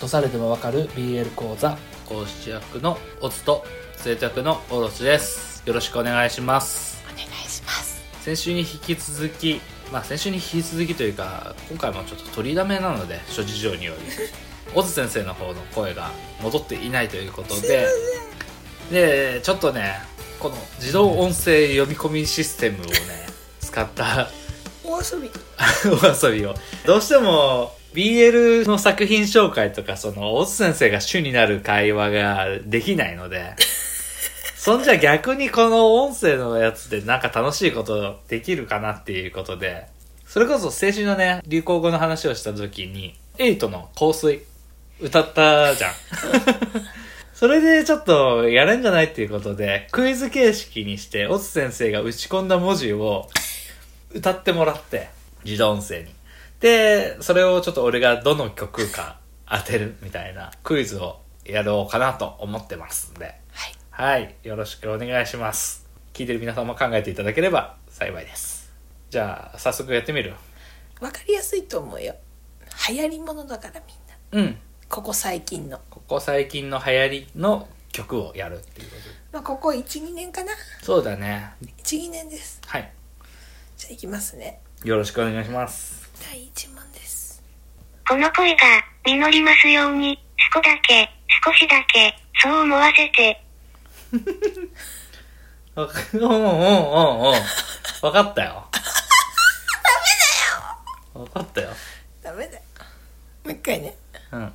土佐ででもわかる BL 講座講師役のオツと生徒役のオロチですよろしくお願いしますお願いします先週に引き続きまあ先週に引き続きというか今回もちょっと取りだめなので諸事情に よりオズ先生の方の声が戻っていないということででちょっとねこの自動音声読み込みシス テムをね使ったお遊び お遊びをどうしても BL の作品紹介とかそのオズ先生が主になる会話ができないのでそんじゃ逆にこの音声のやつでなんか楽しいことできるかなっていうことでそれこそ青春のね流行語の話をした時にエイトの「香水」歌ったじゃんそれでちょっとやれんじゃないっていうことでクイズ形式にしてオズ先生が打ち込んだ文字を歌ってもらって自動音声にでそれをちょっと俺がどの曲か当てるみたいなクイズをやろうかなと思ってますんではいはいよろしくお願いします聞いてる皆さんも考えていただければ幸いですじゃあ早速やってみるわかりやすいと思うよ流行りものだからみんなうんここ最近のここ最近の流行りの曲をやるっていうこまあここ12年かなとそうだね12年ですはいじゃあいきますねよろしくお願いします第1問ですこの恋が、実りますように、少だけ、少しだけ、そう思わせて、わかうんうんうんうん分かった よダメだよ分かったよダメだよもう一回ねうん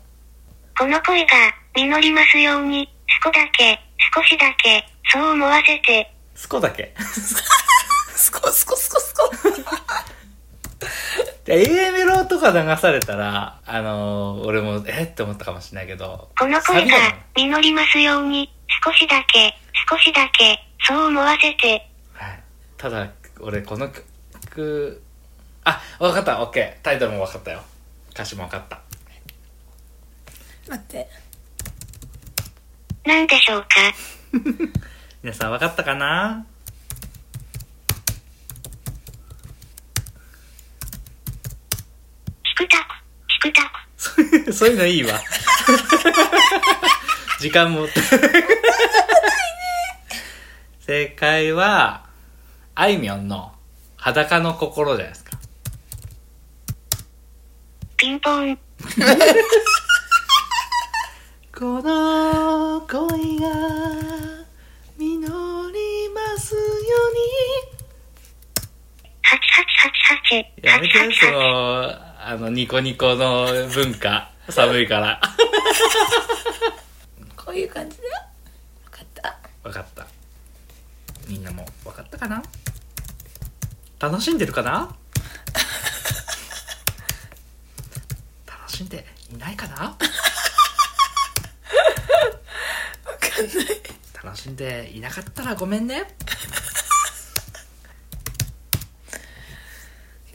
この恋が、実りますように、少だけ、少しだけ、そう思わせて、スコだけ。スコスコスコスコ で A メロとか流されたら、あのー俺も、えって思ったかもしれないけど。このサ恋ビがだもん、実りますように、少しだけ、少しだけ、そう思わせて、はい。ただ、俺この曲、あ、わかった、オッケー。タイトルもわかったよ。歌詞もわかった。待ってなんでしょうか皆さんわかったかな 聞くたく、聞くたく、そういうそういうのいいわ。 時間 も。正解は、あいみょんの裸の心じゃないですか。ピンポン、この恋が実りますよハチハチハチやハめチ、てハチハそチハのあのニコニコの文化寒いからこういう感じだよわかった分かったみんなも分かったかな楽しんでるかな楽しんでいないかなわかんない楽しんでいなかったらごめんね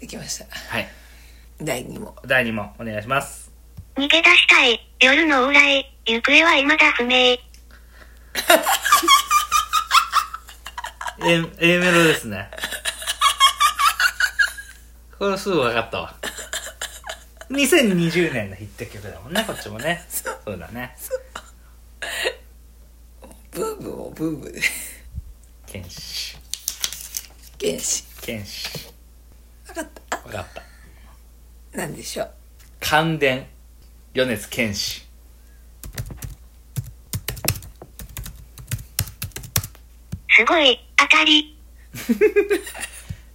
できましたはい第2問第2問お願いしますチ。逃げ出したい、夜の往来、行方は未だ不明。 A, A メロですね。これすぐ分かったわ。2020年のヒット曲だもんね、こっちもね。そうだね。ブーブーをブーブーで剣士。原始剣士。わかった分かった。なんでしょう感電。米津剣士。すごい、当たり。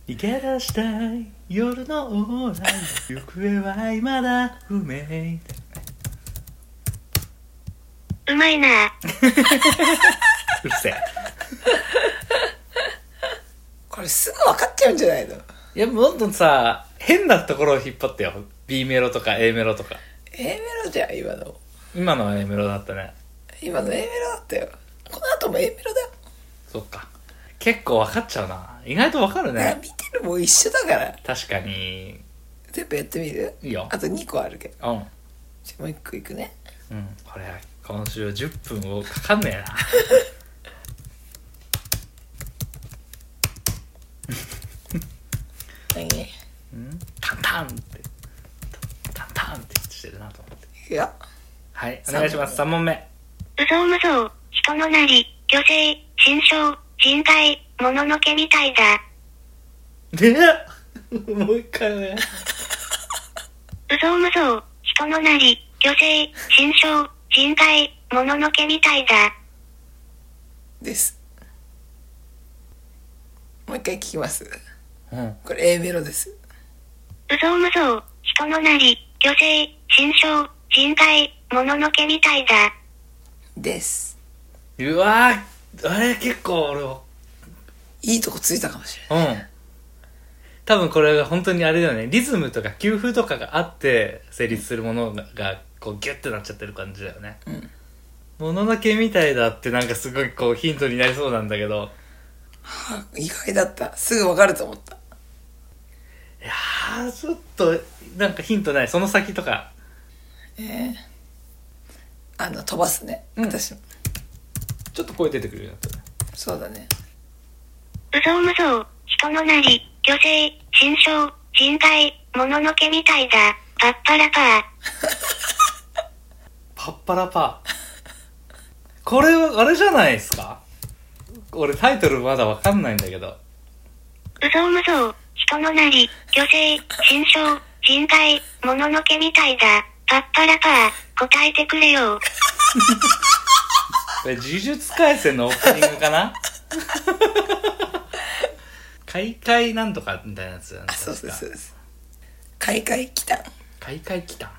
逃げ出したい夜のオーライ行方は未だ不明。うまいなあうるせえ。これすぐ分かっちゃうんじゃないのいや、もっとさ、変なところを引っ張ってよ。B メロとか A メロとか。 A メロじゃん今の今のは A メロだったね。今の A メロだったよこの後も A メロだよ、そっか。結構分かっちゃうな。意外と分かるね。見てるもん一緒だから確かに。全部やってみるいいよあと2個あるけどうん。うん。じゃあもう1個いくねこれ、今週10分をかかんねえな。はいうんタンタンって。タンタンってしてるなと思って。いくよははい、お願いします。3問目。うぞうむぞう、人のなり、女性、心象、人外、もののけみたいだ。で もう一回ね。うぞうむぞう、人のなり、女性、心象、人外、もののけみたいだ。ですもう一回聞きますうん。これ A メロですうぞうむぞう、人のなり、女性、心象、人外、もののけみたいだ。ですうわーあれ結構俺は、いいとこついたかもしれないうん。多分これが本当にあれだよね、リズムとか休符とかがあって成立するものが、こうギュッてなっちゃってる感じだよね。うん。もののけみたいだってなんかすごいこうヒントになりそうなんだけど、あ意外だったすぐ分かると思ったいやー、ちょっと、なんかヒントない。その先とか。えー、あの飛ばすね、うん私もちょっと声出てくるようになったね。そうだねうぞうむぞう、人のなり、女性、心象、人外、もののけみたいだ。パッパラパー。パッパラパー。これは、あれじゃないですか俺タイトルまだわかんないんだけど。うぞうむぞう、人のなり、女性、心象、人外、もののけみたいだ。パッパラパー、答えてくれよ。これ呪術廻戦のオープニングかな 開会なんとかみたいなやつだねあそうですそうです開会期間開会期間。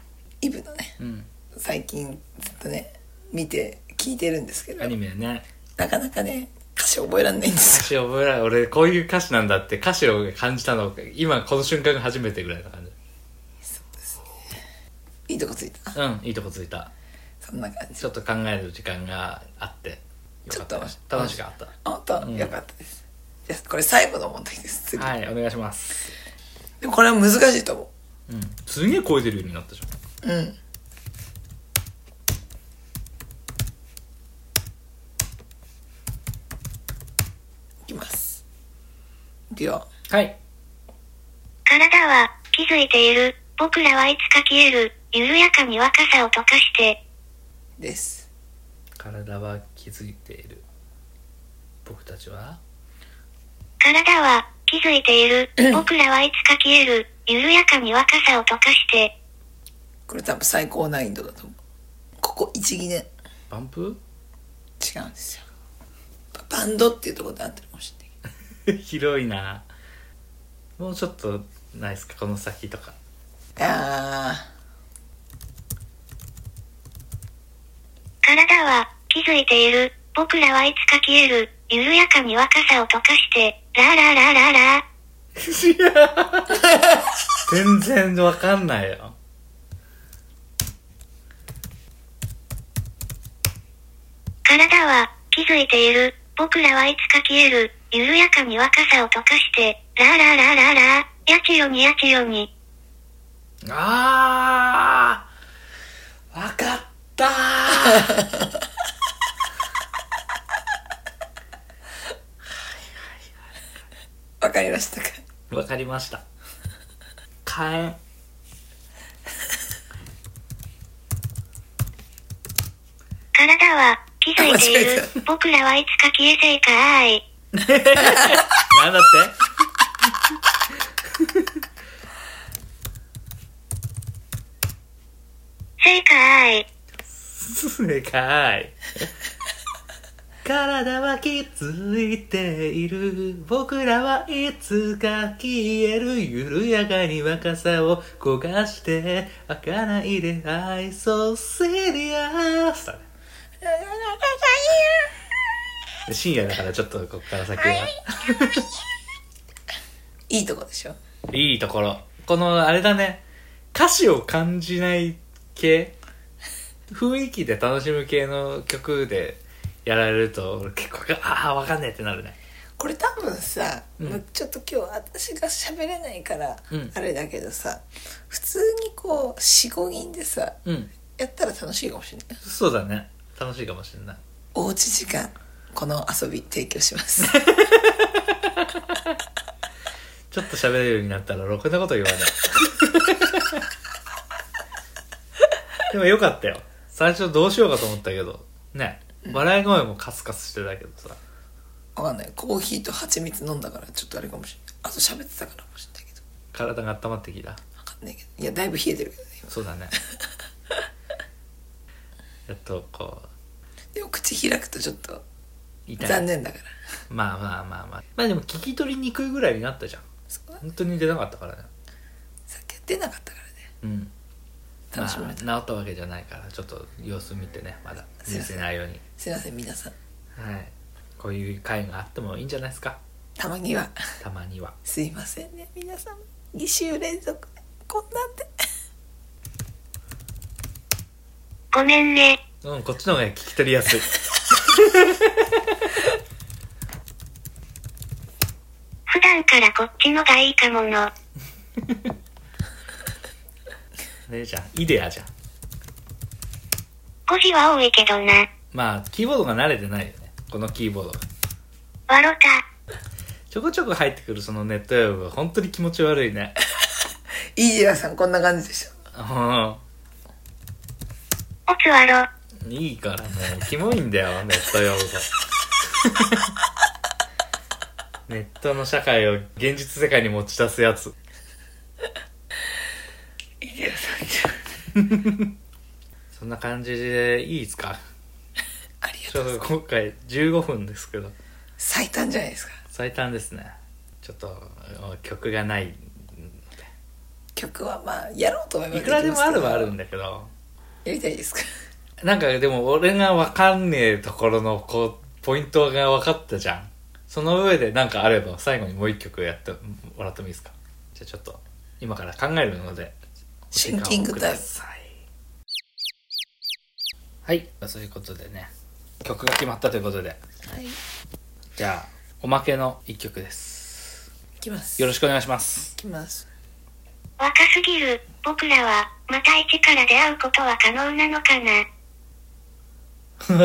イブのねうん。最近ずっとね見て聞いてるんですけどアニメね。なかなかね歌詞覚えられないんです歌詞覚えられ俺こういう歌詞なんだって歌詞を感じたの、今この瞬間が初めてぐらいの感じ。 よいいとこついたうん、いいとこついた。そんな感じちょっと考える時間があって。よかったねちょっと楽しかった。あ本当、うんよかったですじゃあこれ最後の問題です次、はい、お願いします。でもこれは難しいと思うん。すげえ超えてるようになったじゃん。ううんいきますいくよはい。体は気づいている。僕らはいつか消える。緩やかに若さを溶かして。です体は気づいている。僕たちは体は気づいている。僕らはいつか消える。緩やかに若さを溶かして。これ多分最高難易度だと思うここ一技ねバンプ違うんですよババンドっていうところで合ってるかもしれないけど 広いな。もうちょっとないですかこの先とか。あ体は気づいている。僕らはいつか消える。緩やかに若さを溶かして。ラーラーラーラーラー。全然わかんないよ。体は気づいている。僕らはいつか消える。緩やかに若さを溶かして。ラーラーラーラーラー。やきよにやきよに。あーわかったーーわかりましたか わかりました。火炎。体は気づいている。僕らはいつか消えせいかーい。なんだってせいかーい。でかい。体は気づいている。僕らはいつか消える。緩やかに若さを焦がして。開かないで I so serious だね。深夜だからちょっとここから先は。いいとこでしょいいところ。この、あれだね。歌詞を感じない系。雰囲気で楽しむ系の曲でやられると、俺結構、ああ、わかんねえってなるね。これ多分さ、うんちょっと今日私が喋れないからうんあれだけどさ、普通にこう45銀でさうん。やったら楽しいかもしれないそうだね。楽しいかもしれない。おうち時間この遊び提供します ちょっと喋れるようになったら、ろくな こと言わない。でもよかったよ。最初どうしようかと思ったけど、ね、笑い声もカスカスしてたけどさ。わかんないコーヒーと蜂蜜飲んだからちょっとあれかもしれないあと喋ってたからかもしれないけど体が温まってきたわかんないけどいやだいぶ冷えてるけどね今そ うだねやっとこでも口開くとちょっとう痛い残念だからまあまあまあまあまあでも聞き取りにくいぐらいになったじゃんそうだね本当に出なかったからね酒出なかったからねうんまあ楽しみだ治ったわけじゃないからちょっと様子見てねまだすい見ませんせないようにすいません皆さんはいこういう会があってもいいんじゃないですかたまにはたまにはすいませんね皆さん2週連続でこんなんでごめんね。うんこっちの方が聞き取りやすい普段からこっちのがいいかもの。 ねじゃんイデアじゃん5時は多いけどな。まあキーボードが慣れてないよねこのキーボードがわろた。ちょこちょこ入ってくるそのネット用語が本当に気持ち悪いねイージラさんこんな感じでしたうんおつわろ。いいからもうキモいんだ よネット用語ネットの社会を現実世界に持ち出すやつイージラさんじゃそんな感じでいいですかありがちとょうござっいとます今回15分ですけど最短じゃないですか最短ですねちょっと曲がない曲はまあやろうと思えばいくらでもあるはあるんでだけどやりたいですかなんかでも俺が分かんねえところのこうポイントが分かったじゃんその上でなんかあれば最後にもう一曲やってもらってもいいですかじゃあちょっと今から考えるのでシンキングタイムはいそういうことでね曲が決まったということではいじゃあおまけの一曲ですいきますよろししくお願いしますくいきます若すぎる。僕らは、また一から出会うことは可能なのかな。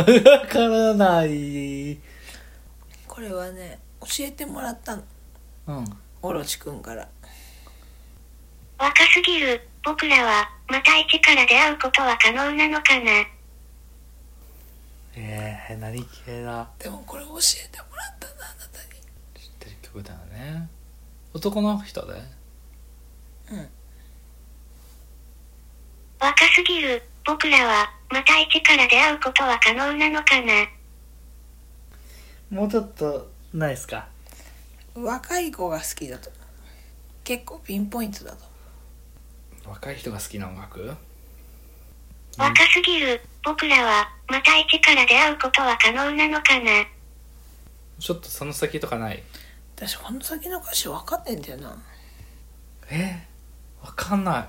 分からないこれはね教えてもらったのうんオロチくんから若すぎる。僕らは、また一から出会うことは可能なのかな。えー、何系だでもこれ教えてもらったなあなたに知ってる曲だよね男の人で若すぎる。僕らは、また一から出会うことは可能なのかな。もうちょっとないですか若い子が好きだと思う結構ピンポイントだと思若い人が好きな音楽若すぎる。僕らは、また一から出会うことは可能なのかな。ちょっとその先とかないう私この先の歌詞分かってんだよなえー、わかんない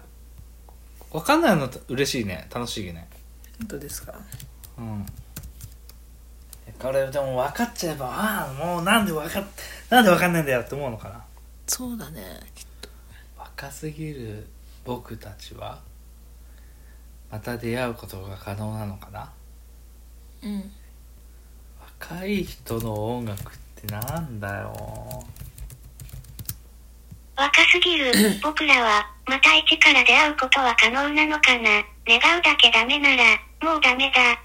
わかんないの嬉しいね楽しいね本当ですかうんこれでも分かっちゃえばああもうなんで分かっなんで分かんないんだよって思うのかなそうだね若すぎる僕たちはまた出会うことが可能なのかなうん若い人の音楽ってなんだよ若すぎる。僕らは、また一から出会うことは可能なのかな。願うだけダメなら、もうダメだ。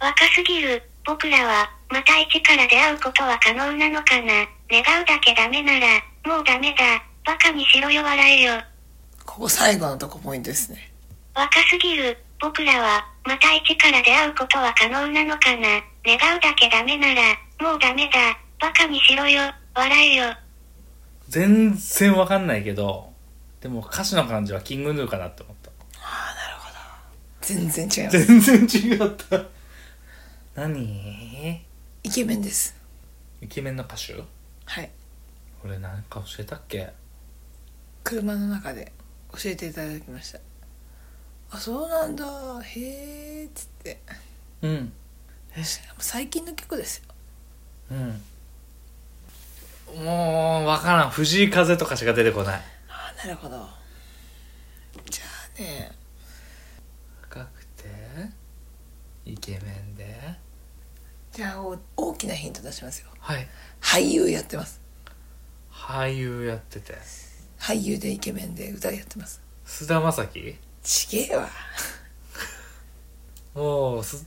若すぎる。僕らは、また一から出会うことは可能なのかな。願うだけダメなら、もうダメだ。バカにしろよ笑えよ。ここ最後のとこポイントですね若すぎる。僕らは、また一から出会うことは可能なのかな。願うだけダメなら、もうダメだ。バカにしろよ。笑えよ。全然分かんないけどでも歌詞の感じはキングヌーかなって思った全然違います全然違った何イケメンですイケメンの歌手はい俺なんか教えたっけ車の中で教えていただきましたあそうなんだへえっつってうん最近の曲ですようんもう分からん藤井風とかしか出てこないあなるほどじゃあね若くてイケメンでじゃあお大きなヒント出しますよはい俳優やってます俳優やってて俳優でイケメンで歌やってます菅田将暉ちげえわもうす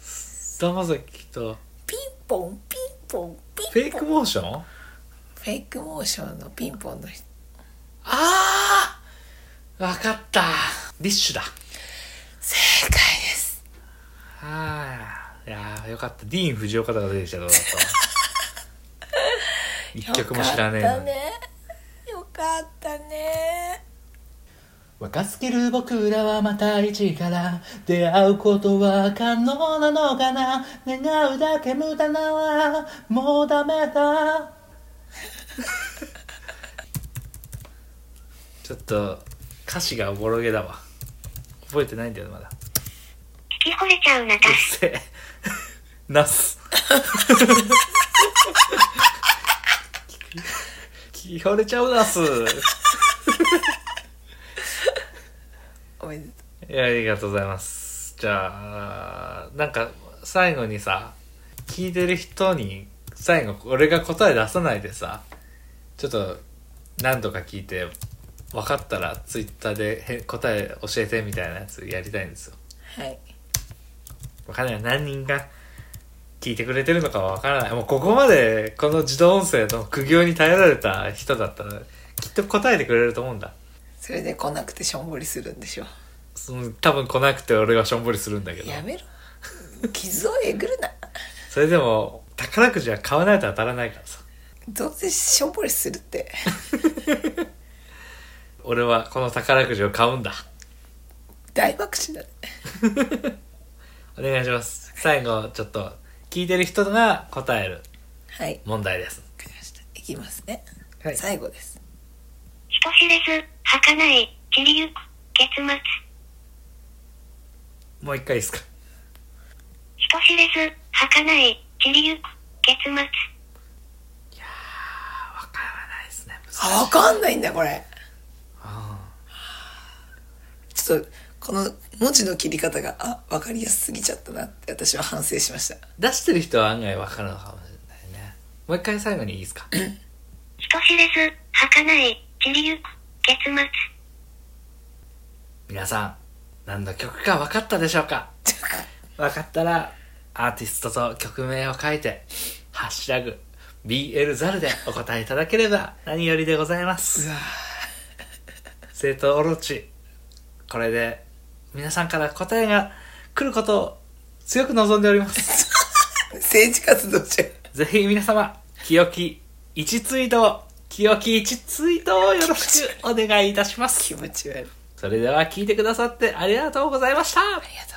菅田将暉とピンポンピンポンピンポンフェイクモーションあフェイクモーションのピンポンの人あーわかったディッシュだ正解ですあーいやーよかったディーン・フジオカとか出てきたとこだった 一曲も知らねえよかのったにねよかったね若すぎる僕らはまた一から出会うことは可能なのかな願うだけ無駄なわもうダメだちょっと歌詞がおぼろげだわ覚えてないんだよまだう聞き惚れちゃうな、だっせえ ナス聞き聞かれちゃうナスおめでとういやありがとうございますじゃあなんか最後にさ聞いてる人に最後俺が答え出さないでさちょっと何度か聞いて分かったらツイッターでへ答え教えてみたいなやつやりたいんですよはいわかんない何人が聞いてくれてるのかはわからないもうここまでこの自動音声の苦行に耐えられた人だったらきっと答えてくれると思うんだそれで来なくてしょんぼりするんでしょその多分来なくて俺がしょんぼりするんだけどやめろ傷をえぐるなそれでも宝くじは買わないと当たらないからさどうせしょんぼりするって俺はこの宝くじを買うんだ大爆死だねお願いします最後ちょっと聞いてる人が答えるはい問題ですわかりましたいきますね、はい最後です人知れず、儚い、散りゆく、結末。もう一回いいですか人知れず、儚い、散りゆく、結末。わからないですねあわかんないんだこれあちょっとこの文字の切り方があわかりやすすぎちゃったなって私は反省しましたー出してる人は案外わかるのかもしれないねもう一回最後にいいですか人知れず、儚い、散りゆく、結末。皆さん何の曲か分かったでしょうか分かったらアーティストと曲名を書いて「ハッシュタグ #BL ザル」でお答えいただければ 何よりでございますうわ生徒オロチこれで皆さんから答えが来ることを強く望んでおります 政治活動中ぜひ皆様清き1ツイートを清き1ツイートをよろしくお願いいたします気持ち悪いそれでは聞いてくださってありがとうございましたありがとう